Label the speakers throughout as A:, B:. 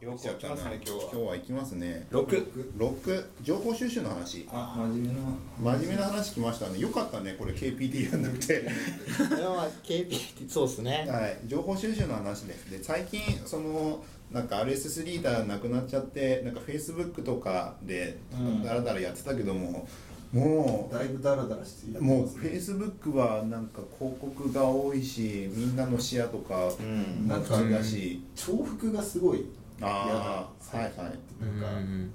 A: よく
B: 来ちゃ
A: 来
B: った
A: ま
B: な
A: すね今日は
B: 今日は行きますね
A: 六
B: 6情報収集の話
A: あ真面目な
B: 真面目な話来ましたねよかったねこれ KPD やんなく て
C: でもまあ KP そうですね
B: はい情報収集の話ですで最近そのなんか RSS リーダーなくなっちゃってなんか Facebook とかで
A: うん
B: ダラダラやってたけども、もう
D: だいぶダラダラしてやって
B: もう
D: ます
B: フェイスブックはなんか広告が多いしみんなの視野とか
C: うん
B: なんかだし、
D: 重複がすごい嫌だ
B: あー
D: 最近
B: はいは
D: ってなんか、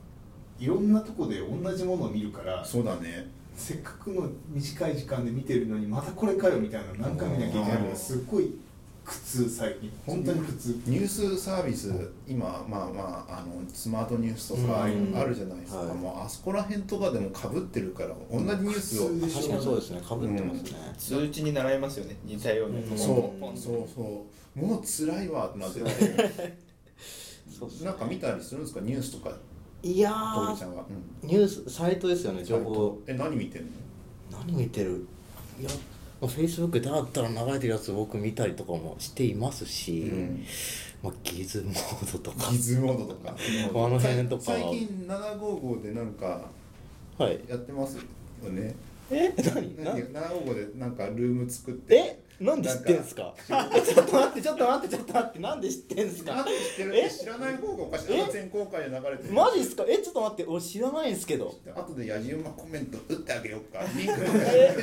D: いろんなとこで同じものを見るから
B: そうだね
D: せっかくの短い時間で見てるのにまたこれかよみたいな何回見なきゃいけないのがすっごい苦痛最近本当に苦痛
B: ニュースサービス今まあまああのスマートニュースとかあ
C: うん
B: るじゃないですか、
C: はい
B: もうあそこら辺とかでもかぶってるから同じニュースを
D: 普通で
C: 確かにそうですねかぶってますね、
A: 通知に習いますよね似たような
C: うん
B: そ
A: ポン
B: う
A: と
B: そうそうもう辛いわってなって
C: そうっすね
B: なんか見たりするんですかニュースとか
C: いや
B: 徹ちゃ
C: ー
B: んは、うん
C: ニュースサイトですよね情報
B: え何見 てんの
C: 何見てるいやフェイスブックだったら流れてるやつ僕見たりとかもしていますし、
B: うん
C: まあ、ギズモードとか
B: ギズモードとか
C: あの辺とか
B: 最近755でなんか
C: はい
B: やってますよね
C: え何な
B: 何755でなんかルーム作って
C: えなんで知ってんすかえちょっと待ってちょっと待ってちょっと待ってなんで知ってんす
B: なん
C: か
B: で知ってるって知らない方がおかしい
C: え
B: あの全公開で流れてる
C: マジっすかえちょっと待って俺知らないんすけど
B: あとでやじ馬コメント打ってあげようかリンクとか
C: え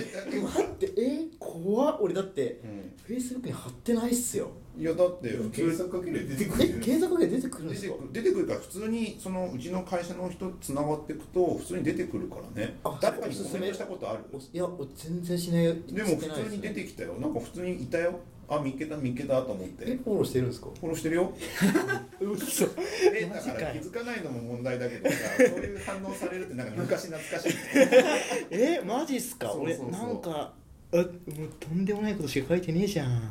C: 待ってえ怖っ俺だって
B: うん
C: フェイスブックに貼ってないっすよ
B: いやだって普通
D: 検索かければ出て
C: え
D: くるよね
C: 検索で出てくるんで
B: 出
C: す
B: て
C: か
B: く出てくるから普通にそのうちの会社の人つながっていくと普通に出てくるからね
C: あ
B: 誰かに
C: おすす
B: 勧
C: め
B: めしたことある
C: おいや俺全然しないよ
B: でも普通に出てきたよなんか普通にいたよあ見っけた見っけたと思っ
C: え
B: て
C: フォローしてるんですか
B: フォローしてるよ
C: 嘘
B: えだから気づかないのも問題だけどさそういう反応されるってなんか昔懐 かしい
C: えマジっすか
B: そうそうそう
C: 俺なんかあもうとんでもないことしか書いてねえじゃん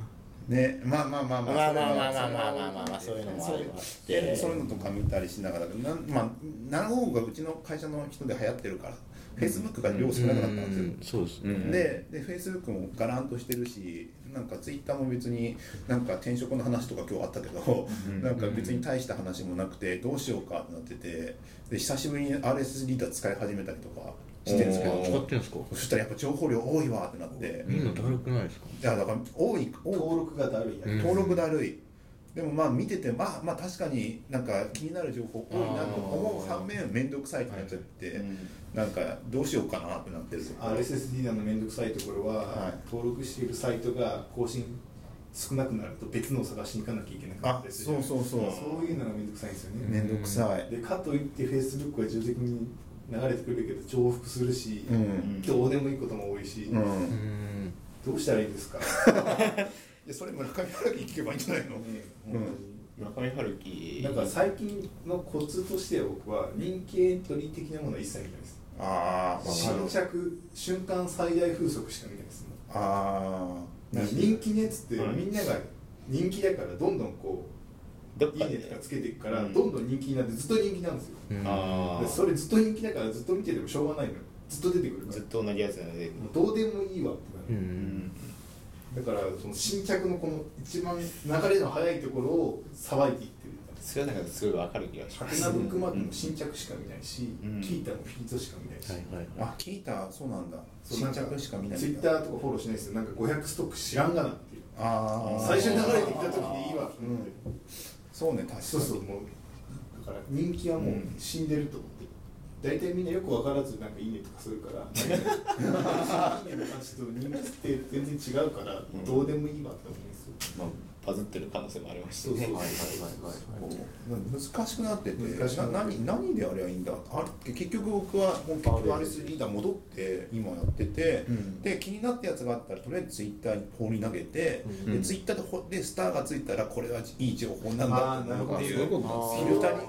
B: ねまあまあまあまあ
C: まあまあまあまあまあまあまあまあそういうのもあ
B: そう
C: り
B: いう
C: ま
B: で
C: して
B: そういうのとか見たりしながらなんまあ何方がうちの会社の人で流行ってるからフェイスブックが量少なくなったんですよ、
C: うんそうですね
A: うん
B: ででフェイスブックもガランとしてるしなんかツイッターも別になんか転職の話とか今日あったけど、
A: うん
B: なんか別に大した話もなくてどうしようかってなっててで久しぶりに RSS リーダー使い始めたりとかしてるんですけ
A: おー
B: ど
C: てんすか
B: そしたらやっぱ情報量多いわってなって
C: みんなだるくないですか
B: いやだから多い多い
D: 登録がだるいや
C: うん
B: 登録だるい、でもまあ見ててまあまあ確かになんか気になる情報多いなと思う反面面倒くさいってなっちゃって、なんかどうしようかなってなってるとこ
D: RSSD なのめんどくさいところは、
B: はい
D: 登録しているサイトが更新少なくなると別のを探しに行かなきゃいけなかっ
B: あ
D: たりする
B: そうそうそう
D: そういうのがめんどくさいんですよね、
B: 面倒くさい、
D: でかといって Facebook は自動的に流れてくるけど重複するし、
B: うん
D: どうでもいいことも多いし、
B: うん
C: ん
D: どうしたらいいですか、ね
B: いやそれ村上春樹聞けばいいんじゃないの
D: 本当に
A: 中井春樹
D: なんか最近のコツとしては僕は人気エントリー的なものは一切見ないです
B: ああ
D: 新着瞬間最大風速しか見ないです
B: ああ
D: なんか人気のやつって
A: はい
D: みんなが人気だからどんどんこ
A: ど
D: う「いいね」とかつけていくから
A: うん
D: どんどん人気になってずっと人気なんですよ
A: あ
D: で
A: あ
D: それずっと人気だからずっと見ててもしょうがないのよずっと出てくるから
A: ずっと同じやつなので
D: もうどうでもいいわってな
C: う
D: る
C: ん
D: だからその新着のこの一番流れの速いところをさばいていってるみたいな
A: それはなんかすごいわかる気がし
D: ハ
A: ま
D: テ
A: す
D: ナブックマークも新着しか見ないし
A: うん
D: キータもフィードしか見ないし
C: はいはいはい
B: あ聞いたそうなんだ
D: そうな
B: 新
D: ん
B: 着しか見ない
D: ツイッターとかフォローしないですよなんか500ストック知らんがなっていう
B: ああ
D: 最初に流れてきた時でいいわと思って
B: そうね確かに
D: そうそうもうだから人気はもう死んでると思って、大体みんなよく分からずなんかいいねとかするからいいねの話と人気って全然違うから
A: ん
D: どうでもいいわって思うんですよ
A: まあバズってる可能性もありますし
D: そう
A: ね
D: そう
B: 難しくなってて
D: 難しくなって
B: な何何でやればいいんだあれ結局僕はもう結局 RS リーダー戻って今やってて、
A: うん
B: で気になったやつがあったらとりあえずツイッターに放り投げて、
A: うん
B: でツイッターでほでスターがついたらこれはいい情報なんだって思うってい
D: あーなる
B: う
D: ほ
C: あー
B: フィルターに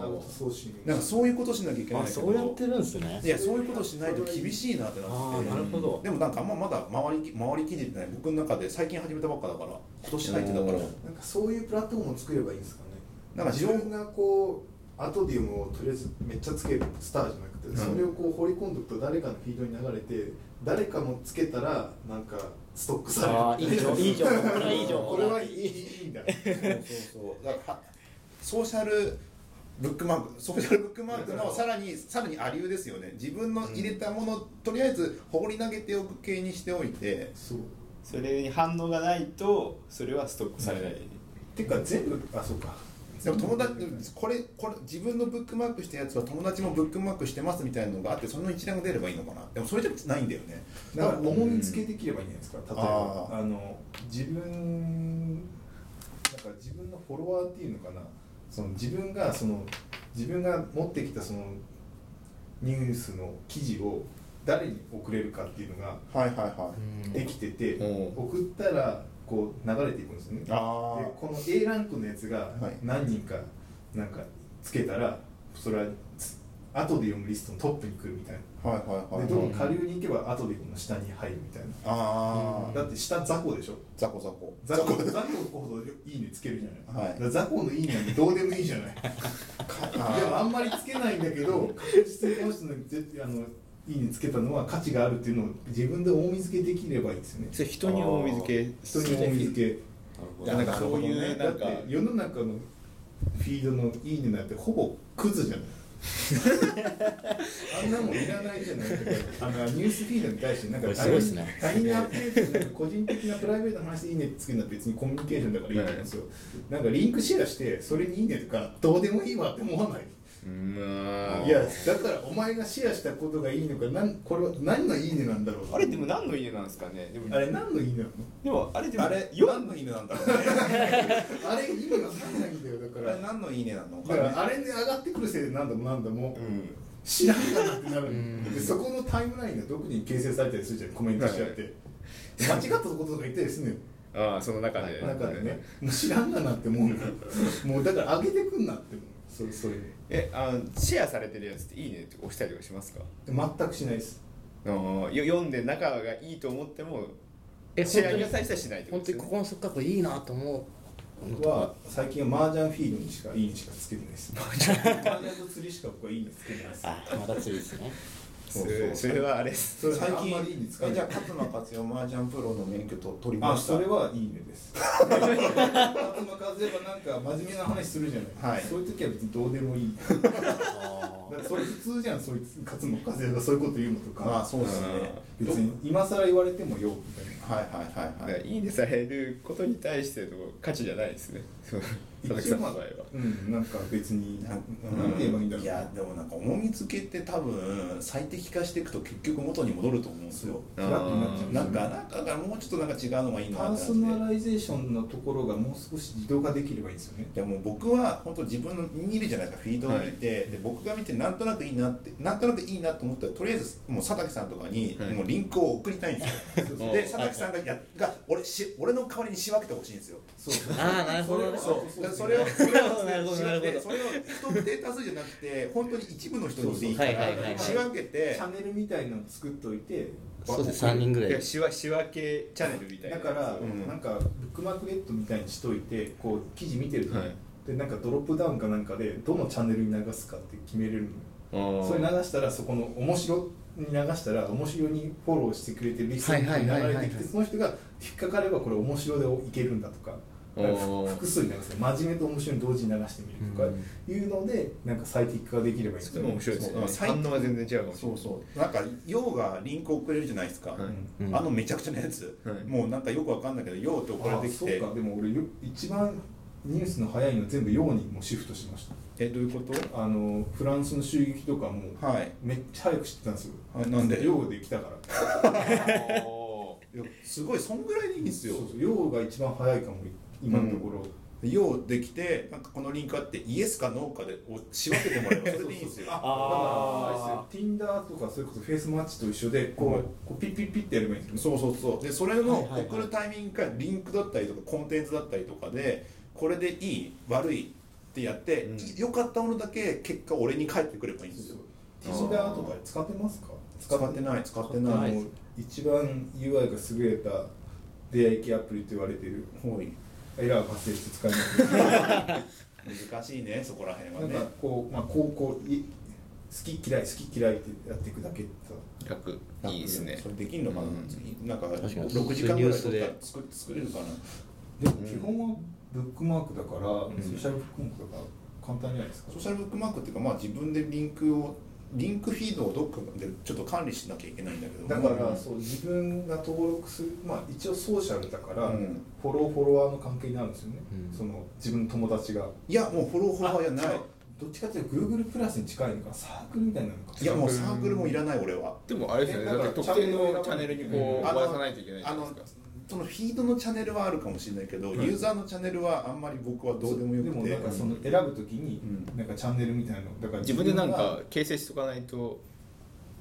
D: アウトソーシング
B: なんかそういうことしなきゃいけない
C: あ
B: けど
C: そうやってるんですね
B: いやそういうことしないと厳しいなってな
C: ああ
B: って
C: なるほど
B: でもなんかあんままだ回りき回りきれてない僕の中で最近始めたばっかだから今年入ってたから
D: なんかそういうプラットフォームを作ればいいんですかね
B: な
D: なん
B: か
D: ん
B: 自
D: か自
B: 分
D: 分がこうアトディウムをとりあえずめっちゃつけるスターじゃなくて、
B: うん
D: それをこう放り込んでおくと誰かのフィードに流れて誰かもつけたらなんかストック
C: あ
D: さ
C: ー
D: れ
C: いい
D: る
C: 情報いい 情報これはいい情報
D: これはいいいいんだ
B: そうそうそうだからはソーシャルブックマークソーシャルブックマークのさらにさらにアリューですよね自分の入れたもの、とりあえず放り投げておく系にしておいて
D: そう
A: それに反応がないとそれはストックされない、
D: てか全部あそうか
B: でも友達これこれ自分のブックマークしたやつは友達もブックマークしてますみたいなのがあってその一覧が出ればいいのかなでもそれじゃないんだよね
D: だから重みつけできればいいんじゃないですか例えば
B: あ
D: あの自分なんか自分のフォロワーっていうのかなその自分がその自分が持ってきたそのニュースの記事を誰に送れるかっていうのが
B: はいはいは
D: できてて、
A: うん
D: 送ったらこう流れていくんですねで
B: あー
D: この A ランクのやつが
B: はい
D: 何人かなんかつけたらそれはつ後で読むリストのトップに来るみたいな。
B: はいはいはい
D: でどんどん
B: はい
D: 下流に行けば後でこの下に入るみたいな
B: ああ
D: だって下雑魚でしょ
B: ザコザコ
D: 雑魚雑魚ほどいいねつけるじゃない、
B: はい
D: だから雑魚のいいねなんてどうでもいいじゃないでもあんまりつけないんだけど確実にこの人のぜあのいいねつけたのは価値があるっていうのを自分で重み付けできればいいですよね
A: それ人に大水系
D: 人に重み付け
A: なるほど
B: そ
A: そうう
B: い
A: いうう
B: な
A: なんん
B: か
A: か
D: だって世の中のフィードのいいねなんてほぼクズじゃないあんなもんいらないじゃないあのニュースフィードに対してなんか
C: これすごいっすね
D: 他人のアップデートなんか個人的なプライベートの話でいいねってつけるのは別にコミュニケーションだからいいと思うんですよ、なんかリンクシェアしてそれにいいねとかどうでもいいわって思わない
A: うん
D: いやだからお前がシェアしたことがいいのかなんこれは何のいいねなんだろう
A: あれでも何の家なんですかねでも
D: あれ何のいいねなの
A: でもあれでも
B: あれ
A: よ
B: 何のいいねなんだろうね
D: あれ意味わかんないんだよだ
B: こ
D: から
B: れ何のいいねなの
D: だからあれに上がってくるせいで何度も何度も
A: うん
D: 知らんかなってなる
C: ん
D: でそこのタイムラインが独自に形成されたりするじゃんコメントしちゃって間違ったこととか言ったりする
A: ああその中
C: で
D: のよ中でねもう知らんがなって思うのよもうだから上げてくんなって思うそうそういう
A: えあのシェアされてるやつっていいねって押したりとかしますか
D: の全くしないです
A: あのよ読んで仲がいいと思っても
C: え
A: シ
C: 本
A: ェア
C: 当
A: に
C: に
A: 対してはしないってこ
C: 本当に心の
A: とですよね
C: 底からこれいいなと思うの
D: 僕
C: と
D: は
C: か
D: 最近は麻雀フィードにしかいいにしかつけてないです麻雀と釣りしか僕はいいにつけてないです
C: あまたついですね
A: それそれはあれです
D: それ
B: 最
D: あん
B: 近
D: まりいいに使わ
B: え
D: ない
B: じゃあ勝間勝代麻雀プロの免許と取りま
D: あ、
B: した
D: それはいいね です。頭数えばなんか真面目な話するじゃない。
B: はい
D: そういう時は別にどうでもいい。だってそれ普通じゃん、そいつ勝間和代がそういうこと言うのとか。
B: まあそうですね
D: 別に今更言われてもよみたいな。
B: はいはい
A: だ
B: はい
A: か
B: は
A: ら
B: い
A: いいねされることに対しての価値じゃないですねそう佐々木さんの場合は
D: うん、なんか別に、なん
B: うん
D: て言えばいいんだろう。
B: やでもなんか重み付けって多分最適化していくと結局元に戻ると思うんですよ
D: フラットになっちゃう。
B: なんかなんかがもうちょっとなんか違うのがいいな
D: パー
B: って
D: ソ
B: 感
D: ナ
B: じ
D: ライゼーションのところがもう少し自動化できればいいんですよね。
B: でいやもう僕は本当自分の見るじゃないですかフィードを見て、で僕が見てなんとなくいいなってなんとなくいいなと思ったらとりあえずもう佐竹さんとかに
A: はい
B: もうリンクを送りたいん ですよ、
A: うん
B: で佐竹さんがやが俺し俺の代わりに仕分けてほしいんですよ
D: そう。
C: ああなるほどね
B: そうだからそれをそれを
C: なるほどなるほど
B: でそれを一不定多数じゃなくて本当に一部の人にでいいか
C: そうそうはいはいは
B: ら
C: い
B: 仕分けて
D: チャンネルみたいなの作っといて。
C: そうです3人ぐらい
A: いや仕分仕分けチャンネルみたいな
D: だから、
B: うん
D: なんかブックマークレットみたいにしといてこう記事見てると、
A: はい
D: でなんかドロップダウンかなんかでどのチャンネルに流すかって決めれるのよ
A: うん
D: それ流したらそこの面白に流したら面白にフォローしてくれてるリスナーが流れてき
C: はいはいはいは
D: て
C: い
D: その人が引っかかればこれ面白でいけるんだとか
A: お
D: なん
A: ー
D: かふ複数に流す真面目と面白に同時に流してみるとかいうのでなんか最適化できればいいん
A: それも面白いですね
B: そう
A: 反応が全然違うかもし
B: そ
A: れな
B: う
A: い
B: そうなんか陽がリンク送れるじゃないですか、
A: はい
C: うん
B: あのめちゃくちゃなやつ、
A: はい
B: もうなんかよくわかんないけど陽って送られてきて
D: あそうかでも俺よ一番ニュースの早いの全部「よう」にもうシフトしました
B: えどういうこと
D: あのフランスの襲撃とかも
B: はい
D: めっちゃ早く知ってたんですよ
B: あなんで
D: 用で来たから
B: いやすごいそんぐらいでいいんですよ
D: そうそう用が一番早いかも今のところ、
B: 陽できてなんかこのリンクあってイエスかノーかでお仕分けてもらえばそれでいいんですよあ
D: ああれですよ Tinder とかそれこそフェイスマッチと一緒でこう,、
B: はい
D: こうピッピッピッってやればいいんですよ
B: そうそうそうでそれの
C: はいはいはい
B: 送るタイミングがリンクだったりとかコンテンツだったりとかでこれでいい悪いってやって、
A: うん
B: 良かったものだけ結果俺に返ってくればいいんですよ
D: そうそう Tinder とか使ってますか
B: 使ってない使ってない
D: もう一番 UI が優れた出会い系アプリと言われてる
B: ほい
D: エラーが発生して使えない
B: 難しいねそこら辺は
D: なん
B: ね
D: かこう、まあ、高校い好き嫌い好き嫌いってやっていくだけってさ
A: 楽いいですね
B: それできるのかな、
A: うん
B: 次なんか
C: 確かに
B: 6時間ぐらい取ったら
C: ニュー
B: 作作れるかな
D: でも基本はブックマークだから、
A: ん
D: ソーシャルブックマークだから簡単じゃないですか
B: ソーシャルブックマークっていうか、まあ、自分でリンクをリンクフィードをどっかでちょっと管理しなきゃいけないんだけど
D: だか
B: う
D: ら
B: ん
D: そう自分が登録するまあ一応ソーシャルだから、
B: うん
D: フォローフォロワーの関係になるんですよね、
C: うん
D: その自分の友達が
B: いやもうフォローフォロワーじゃない
D: どっちかっていうと Google プラスに近いのかサークルみたいなのか
B: いやもうサークルもいらない俺は
A: でもあれですよねだって特定のチャンネルにこう
B: あ
A: 回
B: の
A: さないといけないじゃ
B: あ
A: ないで
B: の
A: すか
B: そのフィードのチャンネルはあるかもしれないけど、ユーザーのチャンネルはあんまり僕はどうでもよ
D: で
B: く
D: も
B: て
D: なんかその選ぶときに
B: うん
D: なんかチャンネルみたいなのだから
A: 自分でなん
D: が
A: か形成しとかないと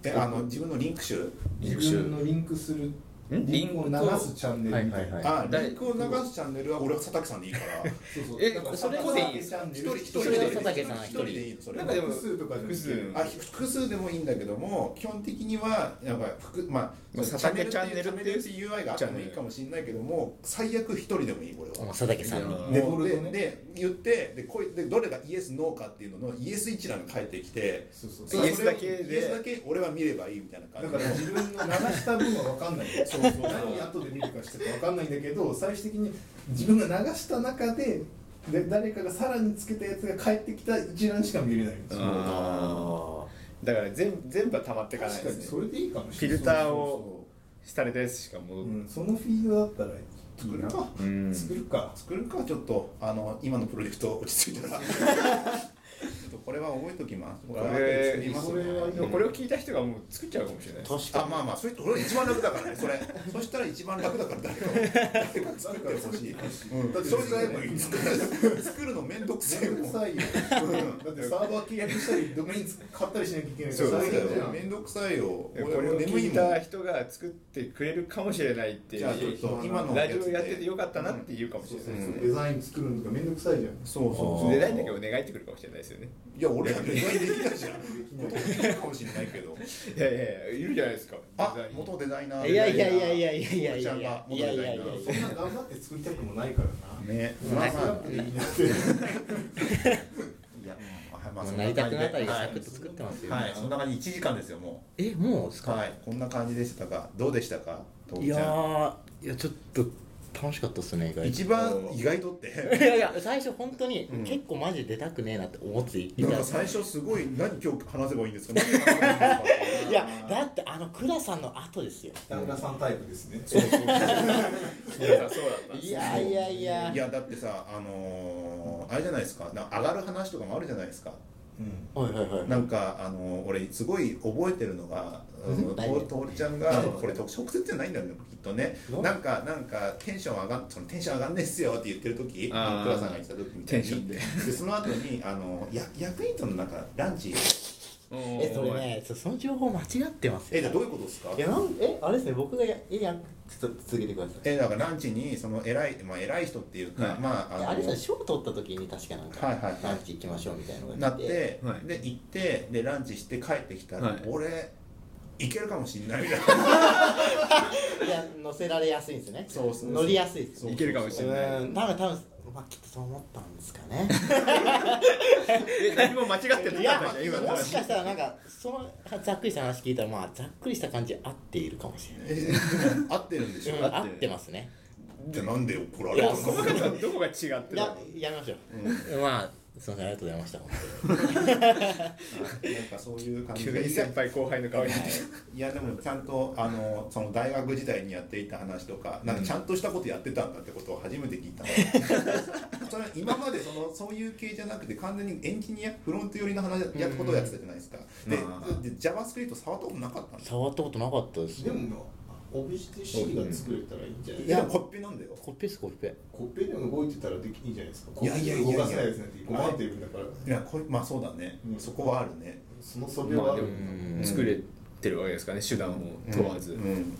B: であの自分のリンク集、
A: リ
D: 自
A: ンク集
D: 分のリンクする
A: ん
D: リンクを流すチャンネルみたいな、
C: はいはいはい
B: あ
A: だい
B: リンクを流すチャンネルは俺は佐竹さんでいいから
D: そうそう
A: え
D: なんか
A: それ
D: サークル
A: 個でいい
D: チャンネ
B: 一
D: ル
B: 人一人
A: それは
B: で
A: 佐
C: 竹さん
B: 一人でいいのそれ
A: な
B: は
A: んかでも
D: 複数とかじゃなく
A: 複
D: て
A: 数
B: あ複数でもいいんだけども基本的にはやっぱり複まあ
A: 佐竹チャンネル
B: チ
A: っ
B: ャン
A: て
B: ネ
A: いう
B: ルっていう UI があってもいいかもしれないけども最悪一人でもいい俺
C: もう
B: は。
C: 佐竹さんに
A: いや
B: で
D: デフォルトね
B: でで言ってでこいでどれがイエスノーかっていうののイエス一覧が返ってきて
D: そうそう
A: で
D: そう
A: イエスだけで
B: イエスだけ俺は見ればいいみたいな感
D: だ
B: じ
D: から自分の流した分は分かんないそうそう何後で見るかしてか分かんないんだけど最終的に自分が流した中でで誰かがさらにつけたやつが返ってきた一覧しか見れないんですよ
A: うん
C: あ
A: だから全全部は溜まっていかない
D: 確かに
A: です
D: そ
A: ね
D: れでいいかもし
A: フ
D: れ
A: ィ
D: ない
A: ルター
B: そう
A: をしたれたやつしか戻
D: う
A: って
D: ん、そのフィードだったらいいな
B: 作るか
A: うん
D: 作るか
B: 作るかちょっとあの今のプロジェクト落ち着いたらちょっとこれは覚えときます
A: こ
B: 僕は後で作り
A: れ
B: ます
A: こ
B: ね
A: れはいいよこれを聞いた人がもう作っちゃうかもしれない
C: ー確
B: あ
C: か
B: まあまあそれ俺一番楽だからねそ れそしたら一番楽だから誰かを誰かが作ってほしい、うん、だってそれがやっぱいいんですから作るの 面倒くせ
D: め
B: え
D: んど
B: も
D: く
B: ん
D: さいよだってサーバー契約したりドメイン買ったりしなきゃいけないから
A: そう
B: だ
A: だ
D: 大変じゃ
B: よ
D: ん
B: 面倒くさいよ
A: これ
B: も
A: を
B: う眠
A: 聞
B: い
A: い
B: もん
A: た人が作ってくれるかもしれないってい
B: じゃあちょっ
A: う
B: と今の
A: ラジオやっててよかったなって言うかもし
D: そう
A: れ
D: そう
A: ない
D: そうデザイン作るのがめんどくさいじゃん
B: そうそうそう
A: 出ないんだけど願いってくるかもしれないですよね
B: いや俺らデザインできないじゃん元々できるかもしれないけど
A: いやいやいやいるじゃないですか
B: あ
A: デザイン
B: 元デザイナー
C: にいやいやいやいやいやいやいやい
B: おばちゃんが
C: や
B: 元
C: い
B: デザ
C: や
B: イ
C: いや
B: ナー
C: いや
D: そんな頑張って作りたくもないからな
B: ね
D: ま
B: ま
D: あ
B: あまあ
D: いいなって
B: いや、ま
C: もうなりたくなったりが
B: は
C: サ
B: い
C: クッと作ってますよ、
B: はい、そんな感じ一時間ですよも
C: えもうです
B: う。
C: か、
B: はい、こんな感じでしたが、どうでしたか、とも
C: い
B: ち
C: や
B: ゃん。
C: ーいやちょっと楽しかったっすね意外と
B: 一番意外と
C: い
B: って。
C: やいや最初本当に
B: うん
C: 結構マジ出たくねえなって思っていた、
B: なんか最初すごい何今日話せばいいんで すか。何話せばいいんですか
C: いやだってあの倉さんの後ですよ
D: 北村さんタイプですね
B: そうそう
A: いやそうだったんです
C: いやいやいや
B: いやだってさあのーあれじゃないですか。なんか上がる話とかもあるじゃないですか。
D: うん
C: はいはいはい
B: なんかあのー俺すごい覚えてるのが、うん、
C: 大丈夫
B: ととおりちゃんがこれ直接じゃないんだよねきっとね。
C: な
B: なんかなんかテンション上がんそのテンション上がんねえっすよって言ってる時、
A: あー
B: 倉さんが言ってた時みたいに
A: テンションって
B: でその後にあのや役員とのなんかランチ、
C: えそれねそその情報間違ってますよ
B: えじゃあどういうことですか？
C: いやなんえあれですね僕がやいやちょっと続けてください
B: えなんかランチにその偉いまあ偉い人っていうか、
A: はい
B: まああ
C: いや
B: の
C: あれですね賞取った時に確かなんか、
B: はいはいはい
C: ランチ行きましょうみたいなの
B: な
C: が
B: っ
C: 来
B: て、
A: はい
B: で行ってでランチして帰ってきたら、
A: はい
B: 俺行けるかもしんないみたいな。
C: いや乗せられやすいんですね
B: そうそうそう
C: 乗りやすいです
B: そう
C: ね
A: いけるかもしれな
C: う
A: い
C: んなんか多分まあきっとそう思ったんですかね
A: え何も間違って
C: い
A: な
C: や
A: かったじゃん今の
C: もし
A: 話
C: かしたらなんかそのざっくりした話聞いたらまあざっくりした感じ合っているかもしれない
B: え合ってるんでしょ？
C: うん、合ってますね。
B: じゃあなんで怒られたの
C: いやそ
A: 細
C: う
A: かにはどこが違ってた
C: いや
A: の、
C: やめましょう。まあ、すみません、ありがとうございました。本
B: なんかそういう感じ
A: 急に先輩後輩の顔になって
B: いやでもちゃんとあのその大学時代にやっていた話とかなんかちゃんとしたことやってたんだってことを初めて聞いたの それは今までそのそういう系じゃなくて完全にエンジニアフロント寄りの話やったことをやってたじゃないですかで
A: まあ
B: で JavaScript 触ったことなかっ
C: 当
B: たんです
C: 触ったことなかったです。
D: でもオブジェクト C が作れたらいいんじゃない
B: い
D: です
B: や
D: か
B: でもコッペなんだよ
C: コッペです、コッペ。
D: コッペでも動いてたらできいいじゃないですか
B: いやいやいやいや
D: 動かせないですねって困ってるんだから
B: いやこれまあそうだね、
D: うん
B: そこはあるね
D: その素養はある
C: うん
A: 作れてるわけですかね手段を問わず、
B: うんうん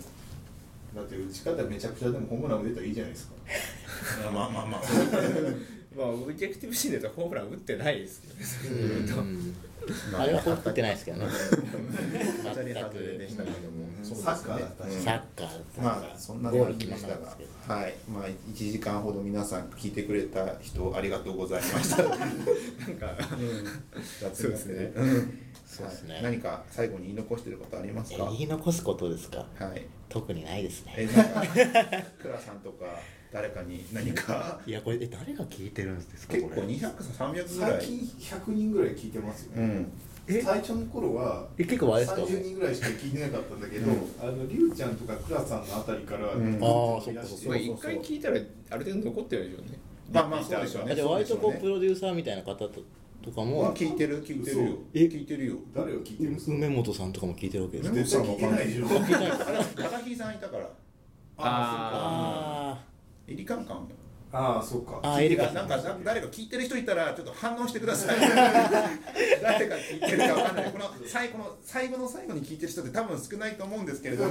D: だって打ち方めちゃくちゃでもホームランも出たらいいじゃないですか
B: まあまあまあ
A: まあオブジェクティブ C だとホームラン打ってないですけどね
C: うん あれは掘ってないですけどね。
B: 当たり外れでしたけども、そうですね
D: サッカーだったし
B: うん
C: サッカーだった
B: まあそんな
C: ゴー
B: 感
C: ル
B: じ
C: 決
B: で
C: ま
B: し
C: らな
B: たが
C: かったですけど、
B: はい、まあ1時間ほど皆さん聞いてくれた人ありがとうござい ました。
A: なんか
B: そう
A: ですね
C: そうですね
B: 何か最後に言い残してることあります
C: え
B: か？
C: 言い残すことですか
B: はい。
C: 特にないです
B: え
C: ね。
B: なんか倉さんとか誰かに 何か
C: いやこれえ誰が聞いてるんですか
B: 結
C: こ
B: 構
C: れ
B: 200か300ぐ
D: 最
B: らい
D: 近100人ぐらい聞いてますよ
B: う
D: ね、
B: ん
C: え
D: 最初の頃は
C: え結構あれですか
D: 30人ぐらいしか聞いてなかったんだけど、
B: うん
D: あのリュウちゃんとかクラさんのあたりから、
B: うん
D: ちょっと増やして
A: まあ
C: そうそうそう
A: 一回聞いたらある程度残ってるでしょうね
B: まあまあそうでしょう
C: あ
B: ね
C: じゃあ割とこう
B: そうでし
C: プ
B: ょうね
C: ロデューサーみたいな方ととか
B: ま
C: も
B: あ聞いてる聞いてるよ
D: そう
C: え
B: 聞いてるよ
D: 誰を聞いてるんですか
C: 梅本さんとかも聞いてるわけですか
D: 絶対聞いてないでしょ
C: 聞いてない
B: あれ高木さんいたから
C: あ
B: エリカンカン
D: ああそうか
C: あ
B: 聞いて
C: エリカ
B: か
C: ン
B: なんかだ誰か聞いてる人いたらちょっと反応してくだ さい誰が聞いてるかわかんないこの最後の最後の最後に聞いてる人って多分少ないと思うんですけれど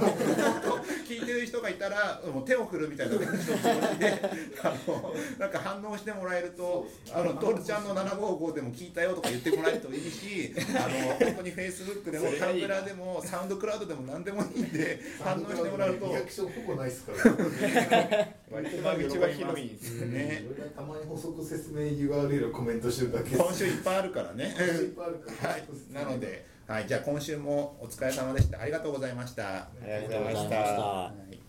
B: も聞いてる人がいたらもう手を振るみたいな感じのつもりであのなんか反応してもらえると「あのトールちゃんの755でも聞いたよ」とか言ってもらえるといいしあの本当にフェイスブックでも
A: それ
B: タ
A: がい
B: ン
A: い
B: ブ
A: な
B: ラでもサウンドクラウドでも何でもいいんで 反応してもらうと
D: リアクションほぼないですから
B: 割と
A: まあ道は広いです
B: ね
D: ね、俺がたまに補足説明 URL をコメントしてるだ けです
B: 今週いっぱいあるから ね。
D: いっぱいあるから
B: はい、なので、はい、じゃあ今週もお疲れ様でした。ありがとうございました。
A: ありが
C: あ
A: と
C: りが
A: う
C: とう
A: ご
C: ござ
A: ざい
C: い
A: ま
C: ま
A: し
C: したた
B: はい